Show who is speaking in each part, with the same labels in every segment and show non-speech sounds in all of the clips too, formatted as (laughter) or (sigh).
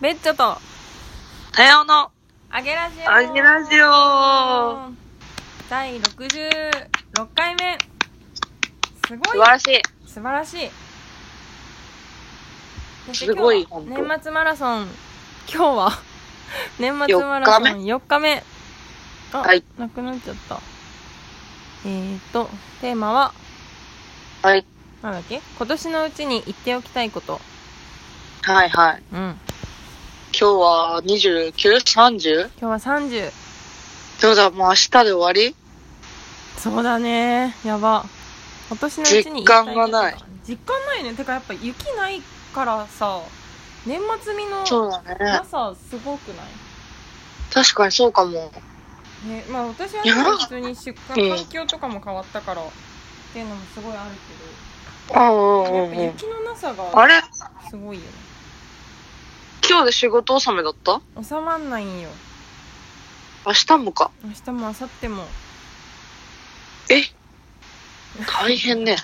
Speaker 1: ベッチョと、
Speaker 2: さようの、
Speaker 1: あげラジオ
Speaker 2: あげラジオ
Speaker 1: 第66回目すご
Speaker 2: 素晴
Speaker 1: い
Speaker 2: らしい。
Speaker 1: 素晴らしいそして
Speaker 2: すごい
Speaker 1: 今日
Speaker 2: 本当
Speaker 1: 年末マラソン今日は (laughs) 年末マラソン4日目あ、
Speaker 2: はい
Speaker 1: なくなっちゃったえーとテーマは
Speaker 2: はい。
Speaker 1: なんだっけ今年のうちに言っておきたいこと
Speaker 2: はいはい。
Speaker 1: うん今
Speaker 2: 今日は 29?30?
Speaker 1: 日は30
Speaker 2: そうだ、もう明日で終わり
Speaker 1: そうだねやば今年のうちに行きた
Speaker 2: 実感がない
Speaker 1: 実感ないねてかやっぱ雪ないからさ年末見の
Speaker 2: そうだ
Speaker 1: な
Speaker 2: ね。
Speaker 1: さすごくな
Speaker 2: 確かにそうかも。
Speaker 1: いねまあ私は、
Speaker 2: い
Speaker 1: ね、
Speaker 2: や
Speaker 1: 普通に出荷
Speaker 2: うん
Speaker 1: 環境とかも変わったからっていうのもすごいある
Speaker 2: うん
Speaker 1: けどやっ
Speaker 2: うん
Speaker 1: ぱ
Speaker 2: うんうん。
Speaker 1: 雪のなさ
Speaker 2: あ
Speaker 1: が
Speaker 2: れ
Speaker 1: すごいよね
Speaker 2: 今日で仕事納めだった
Speaker 1: 収まんないんよ
Speaker 2: 明日もか。
Speaker 1: 明日も明後日もね
Speaker 2: え大変ね。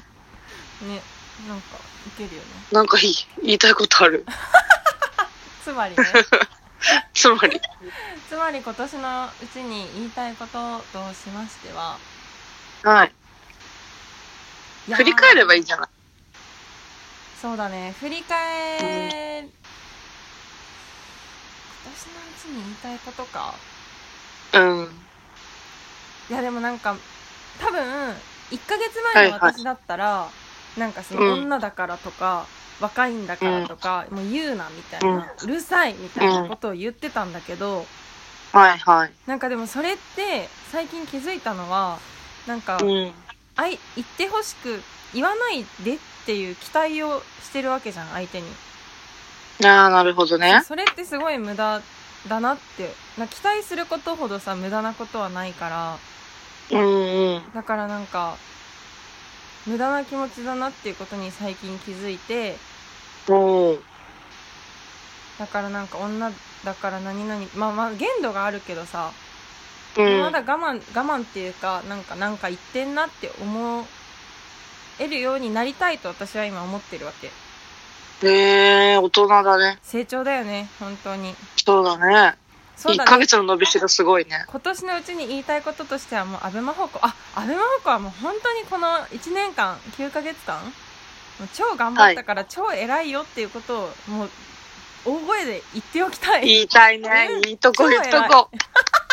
Speaker 1: なんかいけるよね
Speaker 2: なんかいい言いたいことある。
Speaker 1: つ
Speaker 2: (laughs)
Speaker 1: まりね
Speaker 2: つまり。
Speaker 1: つまり今年のうちに言いたいこととしましては
Speaker 2: はい。
Speaker 1: いやー
Speaker 2: 振り返ればいいじゃない。
Speaker 1: そうだね振り返今年のうちに言いたいことか
Speaker 2: うん。
Speaker 1: いやでもなんか多分1ヶ月前の
Speaker 2: はいはい
Speaker 1: 私だったら、なんかそ
Speaker 2: うん
Speaker 1: の女だからとか、若いんだからとか、もう言うなみたいな、うるさいみたいなことを言ってたんだけど、
Speaker 2: はいはい。
Speaker 1: なんかでもそれって最近気づいたのはなんか、
Speaker 2: うん。
Speaker 1: あい言ってほしく言わないでっていう期待をしてるわけじゃん相手に。
Speaker 2: ああ、なるほどね。
Speaker 1: それってすごい無駄だなってな期待することほどさ無駄なことはないから
Speaker 2: うんうん。
Speaker 1: だからなんか無駄な気持ちだなっていうことに最近気づいて
Speaker 2: うん。
Speaker 1: だからなんか女だから何々まあまあ限度があるけどさ、
Speaker 2: うん
Speaker 1: まだ。我慢我慢っていうかなんかなんか言ってんなって思えるようになりたいと私は今思ってるわけ
Speaker 2: ねえ、大人だね。
Speaker 1: 成長だよね本当に
Speaker 2: そうだね。
Speaker 1: そうだ
Speaker 2: 1ヶ
Speaker 1: ね
Speaker 2: 月の伸びしろすごいね。
Speaker 1: 今年のうちに言いたいこととしてはもうアベマ方向あアベマ方向はもう本当にこの1年間9ヶ月間もう超頑張ったから超偉いよっていうことをもう大声で言っておきたい優し
Speaker 2: 言いたいね
Speaker 1: うん。
Speaker 2: いいとこ、いいとこ。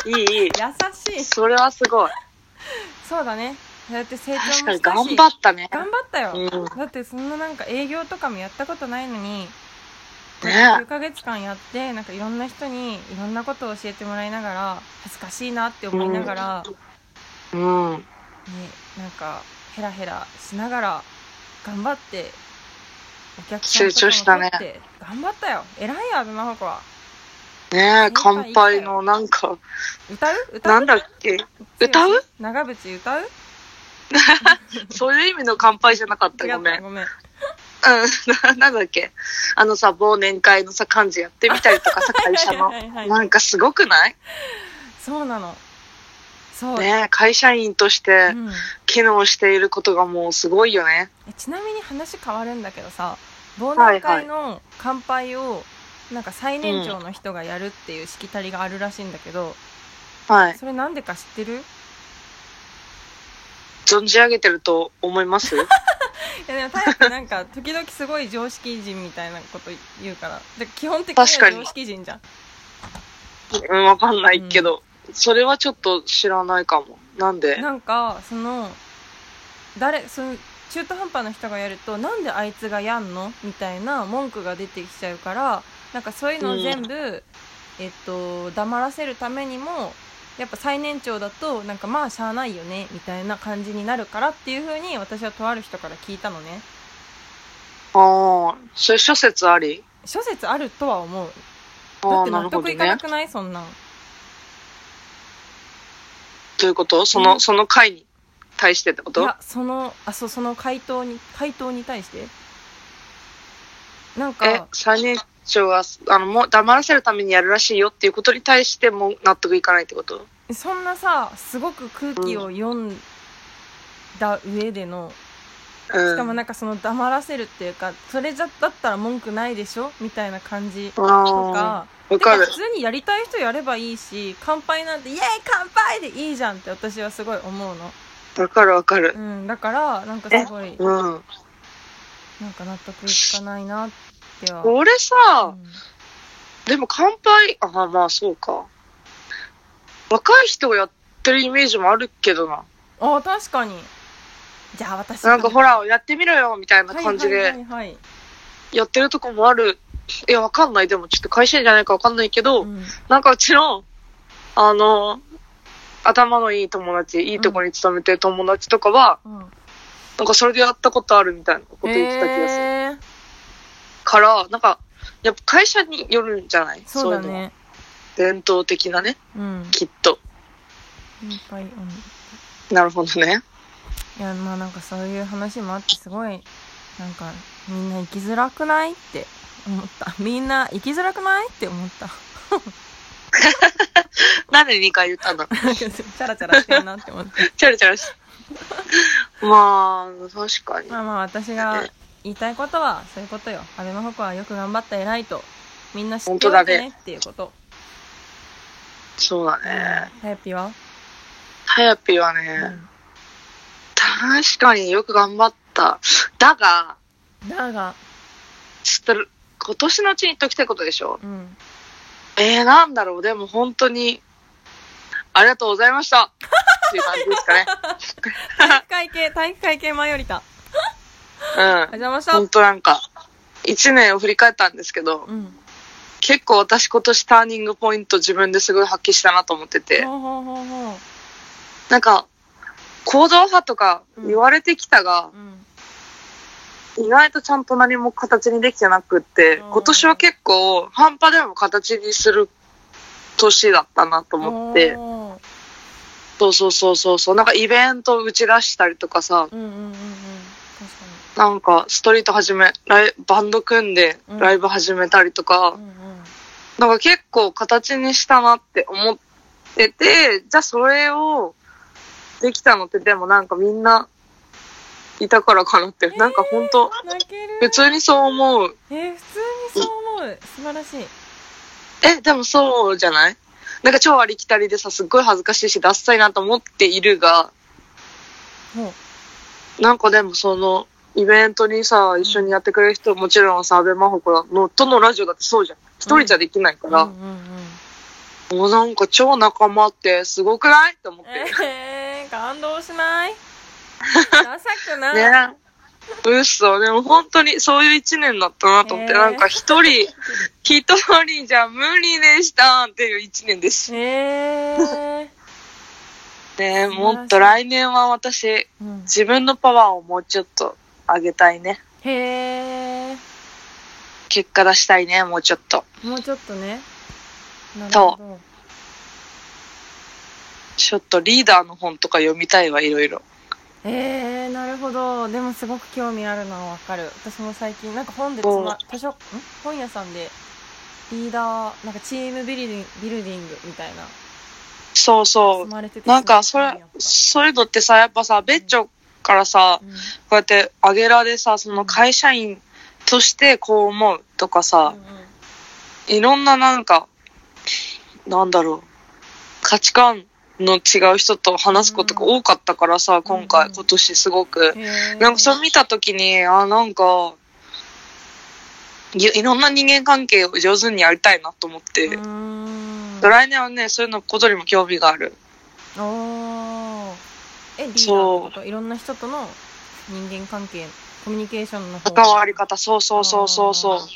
Speaker 2: いい、いい。
Speaker 1: い
Speaker 2: それはすごい。
Speaker 1: そうだねそうやって成長もし
Speaker 2: 確
Speaker 1: た
Speaker 2: かに
Speaker 1: し
Speaker 2: 頑張ったね。
Speaker 1: 頑張ったよ、
Speaker 2: うん
Speaker 1: だってそんななんか営業とかもやったことないのに9
Speaker 2: ね
Speaker 1: ヶ月間やってなんかいろんな人にいろんなことを教えてもらいながら恥ずかしいなって思いながら、
Speaker 2: え。うん。
Speaker 1: ね、なんかヘラヘラしながら頑張ってお客さん
Speaker 2: 集中したね
Speaker 1: とかも取って頑張ったよ偉いよ阿部真帆子は
Speaker 2: ねえ、
Speaker 1: 乾杯
Speaker 2: 乾杯のなんか、
Speaker 1: 歌う歌
Speaker 2: な
Speaker 1: うん
Speaker 2: だっけ歌う
Speaker 1: 長渕歌う
Speaker 2: そういう意味の乾杯じゃなかった。
Speaker 1: 違
Speaker 2: ご
Speaker 1: っ
Speaker 2: め
Speaker 1: た
Speaker 2: ん。うん
Speaker 1: ごめん
Speaker 2: な。なん (laughs) だっけあのさ、忘年会のさ、感じやってみたりと
Speaker 1: (laughs)
Speaker 2: かさ、会社の
Speaker 1: は。いはいはい
Speaker 2: なんかすごくない
Speaker 1: そうなのそう、
Speaker 2: ねえ、会社員として
Speaker 1: うん、え
Speaker 2: 機能していることがもうすごいよね。
Speaker 1: ちなみに話変わるんだけどさ忘
Speaker 2: は
Speaker 1: 年
Speaker 2: い
Speaker 1: 会の乾杯をなんか最年長の人がやるっていうしきたりがあるらしいんだけど、
Speaker 2: はい。
Speaker 1: それなんでか知ってる
Speaker 2: 存じ上げてると思います (laughs)
Speaker 1: いやでもタイプなんか時々すごい常識人みたいなこと言うからで基本的に
Speaker 2: 確か
Speaker 1: は
Speaker 2: に
Speaker 1: 常識人じゃん
Speaker 2: うん、わかんないけど、それはちょっと知らないかも。なんで
Speaker 1: なんかその誰その中途半端な人がやるとなんであいつがやんのみたいな文句が出てきちゃうからなんかそういうのを全部、えっと黙らせるためにもやっぱ最年長だとなんかまあしゃあないよねみたいな感じになるからっていうふうに私はとある人から聞いたのね
Speaker 2: ああ、それ諸説あり
Speaker 1: 諸説あるとは思うだ
Speaker 2: あ
Speaker 1: っ
Speaker 2: あ、
Speaker 1: て
Speaker 2: な
Speaker 1: 納
Speaker 2: るほ
Speaker 1: 得
Speaker 2: ど
Speaker 1: いか
Speaker 2: ね
Speaker 1: な。くないそんなん
Speaker 2: どういうことそうの、
Speaker 1: ん
Speaker 2: その回に対してってこ
Speaker 1: い
Speaker 2: と
Speaker 1: やそのあそうその回答に回答に対してなん
Speaker 2: え
Speaker 1: か、
Speaker 2: 最年長は、あの、もう黙らせるためにやるらしいよっていうことに対しても納得いかないってこと
Speaker 1: そんなさすごく空気を読んだ上での
Speaker 2: うん。
Speaker 1: しかもなんかその黙らせるっていうかそれじゃだったら文句ないでしょみたいな感じ
Speaker 2: あ
Speaker 1: と
Speaker 2: ー
Speaker 1: か
Speaker 2: わか
Speaker 1: て
Speaker 2: る
Speaker 1: か。普通にやりたい人やればいいし乾杯なんて「イエーイ乾杯!」でいいじゃんって私はすごい思うの、
Speaker 2: わかるわかる
Speaker 1: う。ん、だからなんかすごい
Speaker 2: うん。
Speaker 1: なんか納得いかないなっては、
Speaker 2: 俺
Speaker 1: う
Speaker 2: さ、
Speaker 1: ん
Speaker 2: でも乾杯、ああ、まあそうか。若い人がやってるイメージもあるけどな。
Speaker 1: あ確かにじゃあ私
Speaker 2: なんかほら、やってみろよみたいな感じ
Speaker 1: はいは
Speaker 2: で
Speaker 1: いはいはい
Speaker 2: やってるとこもある。いや、わかんない。でもちょっと会社員じゃないかわかんないけど、
Speaker 1: うん
Speaker 2: なんかうちの、あの、頭のいい友達、いいとこに勤めてる友達とかは、
Speaker 1: うん
Speaker 2: なんかそれでやったことあるみたいなこと言ってた気がする。
Speaker 1: えー
Speaker 2: から、なんか、やっぱ会社によるんじゃない
Speaker 1: そうだ
Speaker 2: いのは
Speaker 1: ね
Speaker 2: 伝統的なね、
Speaker 1: うん
Speaker 2: きっと。
Speaker 1: いっぱいうん
Speaker 2: なるほどね。
Speaker 1: いやまあなんかそういう話もあってすごいなんかみんな生きづらくないって思った (laughs) みんな生きづらくないって思った (laughs)
Speaker 2: なんで2回言ったんだろう
Speaker 1: なんかチャラチャラしてんなって思った (laughs)
Speaker 2: チャラチャラし。まあ、確かに。
Speaker 1: まあまあ私が言いたいことはそういうことよ安倍真帆子はよく頑張った偉いとみんな知っておいてねっていうこと
Speaker 2: そうだね。
Speaker 1: タイピは、
Speaker 2: はやぴは
Speaker 1: う
Speaker 2: ね、
Speaker 1: ん
Speaker 2: 確かによく頑張った。だが、
Speaker 1: だが
Speaker 2: ちょっと、今年のうちに言っときたいことでしょ。
Speaker 1: うん
Speaker 2: えー、なんだろう。でも本当に、ありがとうございました。っていう感じですかね。
Speaker 1: 体育会系体育会系前よりた
Speaker 2: うん
Speaker 1: お。邪魔し
Speaker 2: 本
Speaker 1: た
Speaker 2: 当なんか、一年を振り返ったんですけど、
Speaker 1: うん
Speaker 2: 結構私今年ターニングポイント自分ですごい発揮したなと思ってて、
Speaker 1: ほうほうほうほ
Speaker 2: なんか、行動派とか言われてきたが
Speaker 1: う、うん
Speaker 2: 意外とちゃんと何も形にできてなくって
Speaker 1: うん、
Speaker 2: 今年は結構半端でも形にする年だったなと思って、
Speaker 1: おー
Speaker 2: そうそうそうそうそう、なんかイベント打ち出したりとかさ、
Speaker 1: うんうんうんうん確か
Speaker 2: なんかストリート始め、ライバンド組んで
Speaker 1: うん
Speaker 2: ライブ始めたりとか、
Speaker 1: にうんうん
Speaker 2: なんか結構形にしたなって思ってて、じゃあそれをできたのってでもなんかみんないたからかなって、
Speaker 1: ー
Speaker 2: なんか本当
Speaker 1: 泣ける
Speaker 2: 普通にそう思う。
Speaker 1: えー普通にそう思う素晴らしい
Speaker 2: え、でもそうじゃないなんか超ありきたりでさ、すっごい恥ずかしいし、ダッサいなと思っているが、
Speaker 1: も
Speaker 2: なんかでもその、イベントにさ、一緒にやってくれる人もちろんさ、安倍真帆子だのとのラジオだってそうじゃん。一人じゃできないか
Speaker 1: う
Speaker 2: ら、
Speaker 1: うんうんうん
Speaker 2: もうなんか超仲間ってすごくないって思って。
Speaker 1: えー、感動しない情くない、
Speaker 2: ねうっそ、でも本当にそういう一年だったなと思って、
Speaker 1: えー
Speaker 2: なんか一人、一人じゃ無理でしたっていう一年です。
Speaker 1: えー、
Speaker 2: ねもっと来年は私、
Speaker 1: うん、
Speaker 2: 自分のパワーをもうちょっと上げたいね。
Speaker 1: へえ
Speaker 2: 結果出したいね、もうちょっと。
Speaker 1: もうちょっとねなる
Speaker 2: そ
Speaker 1: ほ
Speaker 2: う
Speaker 1: ど
Speaker 2: ちょっとリーダーの本とか読みたいわ、いろいろ。
Speaker 1: えー、なるほどでもすごく興味あるのはわかる私も最近なんか本でつま図書ん本屋さんでリーダーなんかチームビルディンビルディングみたいな
Speaker 2: そうそ
Speaker 1: 積
Speaker 2: う。
Speaker 1: まれてて
Speaker 2: なんか、
Speaker 1: す
Speaker 2: そ
Speaker 1: ごい興味
Speaker 2: れ
Speaker 1: あっ、た
Speaker 2: そういうのってさ、やっぱさ、別庁からさ、
Speaker 1: うん
Speaker 2: こうやって、あげらでさ、その会社員としてこう思うとかさ、
Speaker 1: うんうん
Speaker 2: いろんななんか、なんだろう、価値観の違う人と話すことが多かったからさ、今回、
Speaker 1: うん
Speaker 2: 今年すごく。
Speaker 1: へー
Speaker 2: なんかそれ見たときに、あ、なんか、いいろんな人間関係を上手にやりたいなと思って、
Speaker 1: うーん
Speaker 2: 来年はね、そういうのことにも興味がある。
Speaker 1: おーえリーダー
Speaker 2: そ
Speaker 1: っ
Speaker 2: う
Speaker 1: てこといろんな人との人間関係コミュニケーションの方
Speaker 2: 関わり方、そうそうそうそうそう
Speaker 1: あー。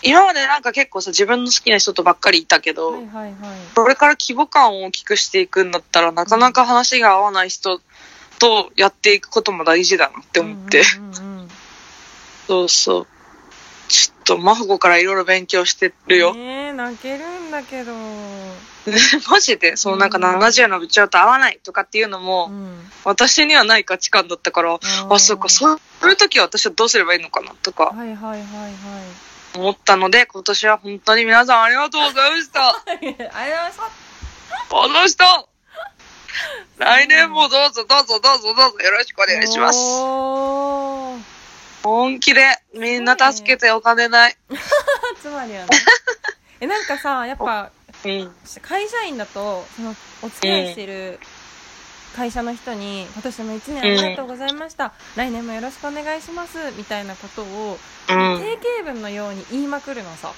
Speaker 2: 今までなんか結構さ、自分の好きな人とばっかりいたけど、
Speaker 1: はいはいはい
Speaker 2: これから規模感を大きくしていくんだったら、なかなか話が合わない人とやっていくことも大事だなって思って。
Speaker 1: うんうんうんうん
Speaker 2: そうそう。ちょっと、マフコからいろいろ勉強してるよ。
Speaker 1: ねえ泣けるんだけど、
Speaker 2: マジで、そのなんか
Speaker 1: うん
Speaker 2: 70の部長と合わないとかっていうの
Speaker 1: う
Speaker 2: も、
Speaker 1: ん、
Speaker 2: 私にはない価値観だったから、あ、そうか、そういう時は私はどうすればいいのかなとか
Speaker 1: はいはいはい
Speaker 2: 思ったので、今年は本当に皆さんありがとうございました。あ
Speaker 1: はい (laughs) ありがとうございました
Speaker 2: りがとうございました。来年もどうぞどうぞどうぞどうぞよろしくお願いします。
Speaker 1: おー
Speaker 2: 本気で、みんな助けてお金ない。
Speaker 1: つまりはね (laughs) えなんかさやっぱ
Speaker 2: うん。
Speaker 1: 会社員だとそのお付き合いしてる会社の人に「今年も1年ありがとうございました、来年もよろしくお願いします」みたいなことを
Speaker 2: うん。
Speaker 1: 定型文のように言いまくるのさ、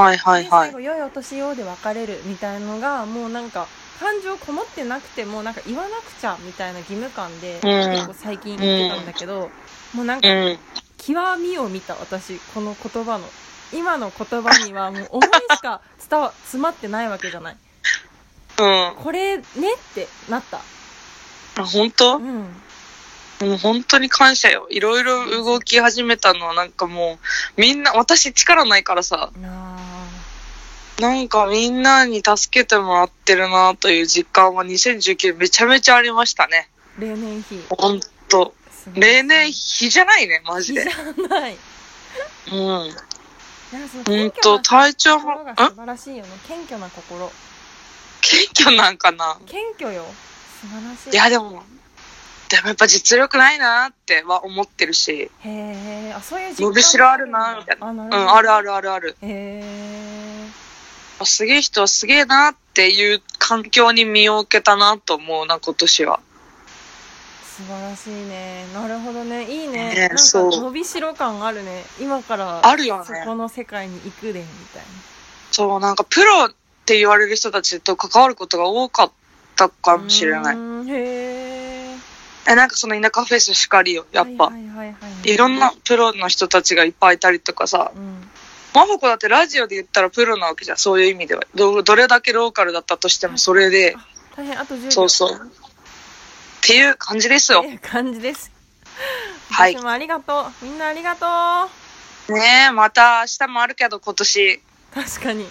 Speaker 2: はいはい
Speaker 1: で
Speaker 2: は
Speaker 1: 最
Speaker 2: い。
Speaker 1: 後「良いお年を」で別れるみたいなのがもうなんか感情こもってなくてもなんか言わなくちゃみたいな義務感で、結構最近言ってたんだけど、もうなんか
Speaker 2: うん。
Speaker 1: 極みを見た私この言葉の今の言葉にはもう思いしか伝わ詰まってないわけじゃない
Speaker 2: うん。
Speaker 1: これねってなった
Speaker 2: あ本当
Speaker 1: う
Speaker 2: も
Speaker 1: ん
Speaker 2: う本当に感謝よ。いろいろ動き始めたのはなんかもう、みんな、私力ないからさ、
Speaker 1: あ
Speaker 2: なんかみんなに助けてもらってるなという実感は2019めちゃめちゃありましたね。
Speaker 1: ー例年比
Speaker 2: ほんと。
Speaker 1: すごい
Speaker 2: 例年比じゃないね、マジ
Speaker 1: 比じ
Speaker 2: で。
Speaker 1: ゃない
Speaker 2: うん。
Speaker 1: なんかその
Speaker 2: ほ
Speaker 1: 謙
Speaker 2: ん
Speaker 1: 虚
Speaker 2: と、
Speaker 1: な
Speaker 2: 体調も、
Speaker 1: 心
Speaker 2: ん
Speaker 1: が素晴らしいよね謙虚な心
Speaker 2: 謙虚なんかな
Speaker 1: 謙虚よ素晴らしい
Speaker 2: いや、でも、でもやっぱ実力ないなっては思ってるし、
Speaker 1: へえあそういう実
Speaker 2: 伸びしろあるなみたいな。
Speaker 1: あな
Speaker 2: う
Speaker 1: るほ
Speaker 2: ん、
Speaker 1: ど
Speaker 2: あるあるあるある。
Speaker 1: へえ
Speaker 2: あすげえ人はすげえなっていう環境に身を置けたなと思うな、今年は。
Speaker 1: 素晴らしいねなるほどねいいね
Speaker 2: ね
Speaker 1: なんか
Speaker 2: そう
Speaker 1: 伸びしろ感あるね今から
Speaker 2: あるよ
Speaker 1: そ
Speaker 2: ね
Speaker 1: こ。の世界に行くでみたい
Speaker 2: そう、なんかプロって言われる人たちと関わることが多かった
Speaker 1: な。
Speaker 2: かもしれないう
Speaker 1: ーんへえ
Speaker 2: え、なんかその田舎フェスしかりよ、やっぱ。
Speaker 1: はいはいはいはい
Speaker 2: いろんなプロの人たちがいっぱいいたりとかさ、
Speaker 1: うん
Speaker 2: マホコだってラジオで言ったらプロなわけじゃん、そういう意味では。どどれだけローカルだったとしてもそれで、
Speaker 1: 大変あと10秒
Speaker 2: そうそう。っていう感じですよ
Speaker 1: っ。ていう感じです
Speaker 2: はい
Speaker 1: 私もありがとうみんなありがとう
Speaker 2: ねえ、また明日もあるけど今年。
Speaker 1: 確かに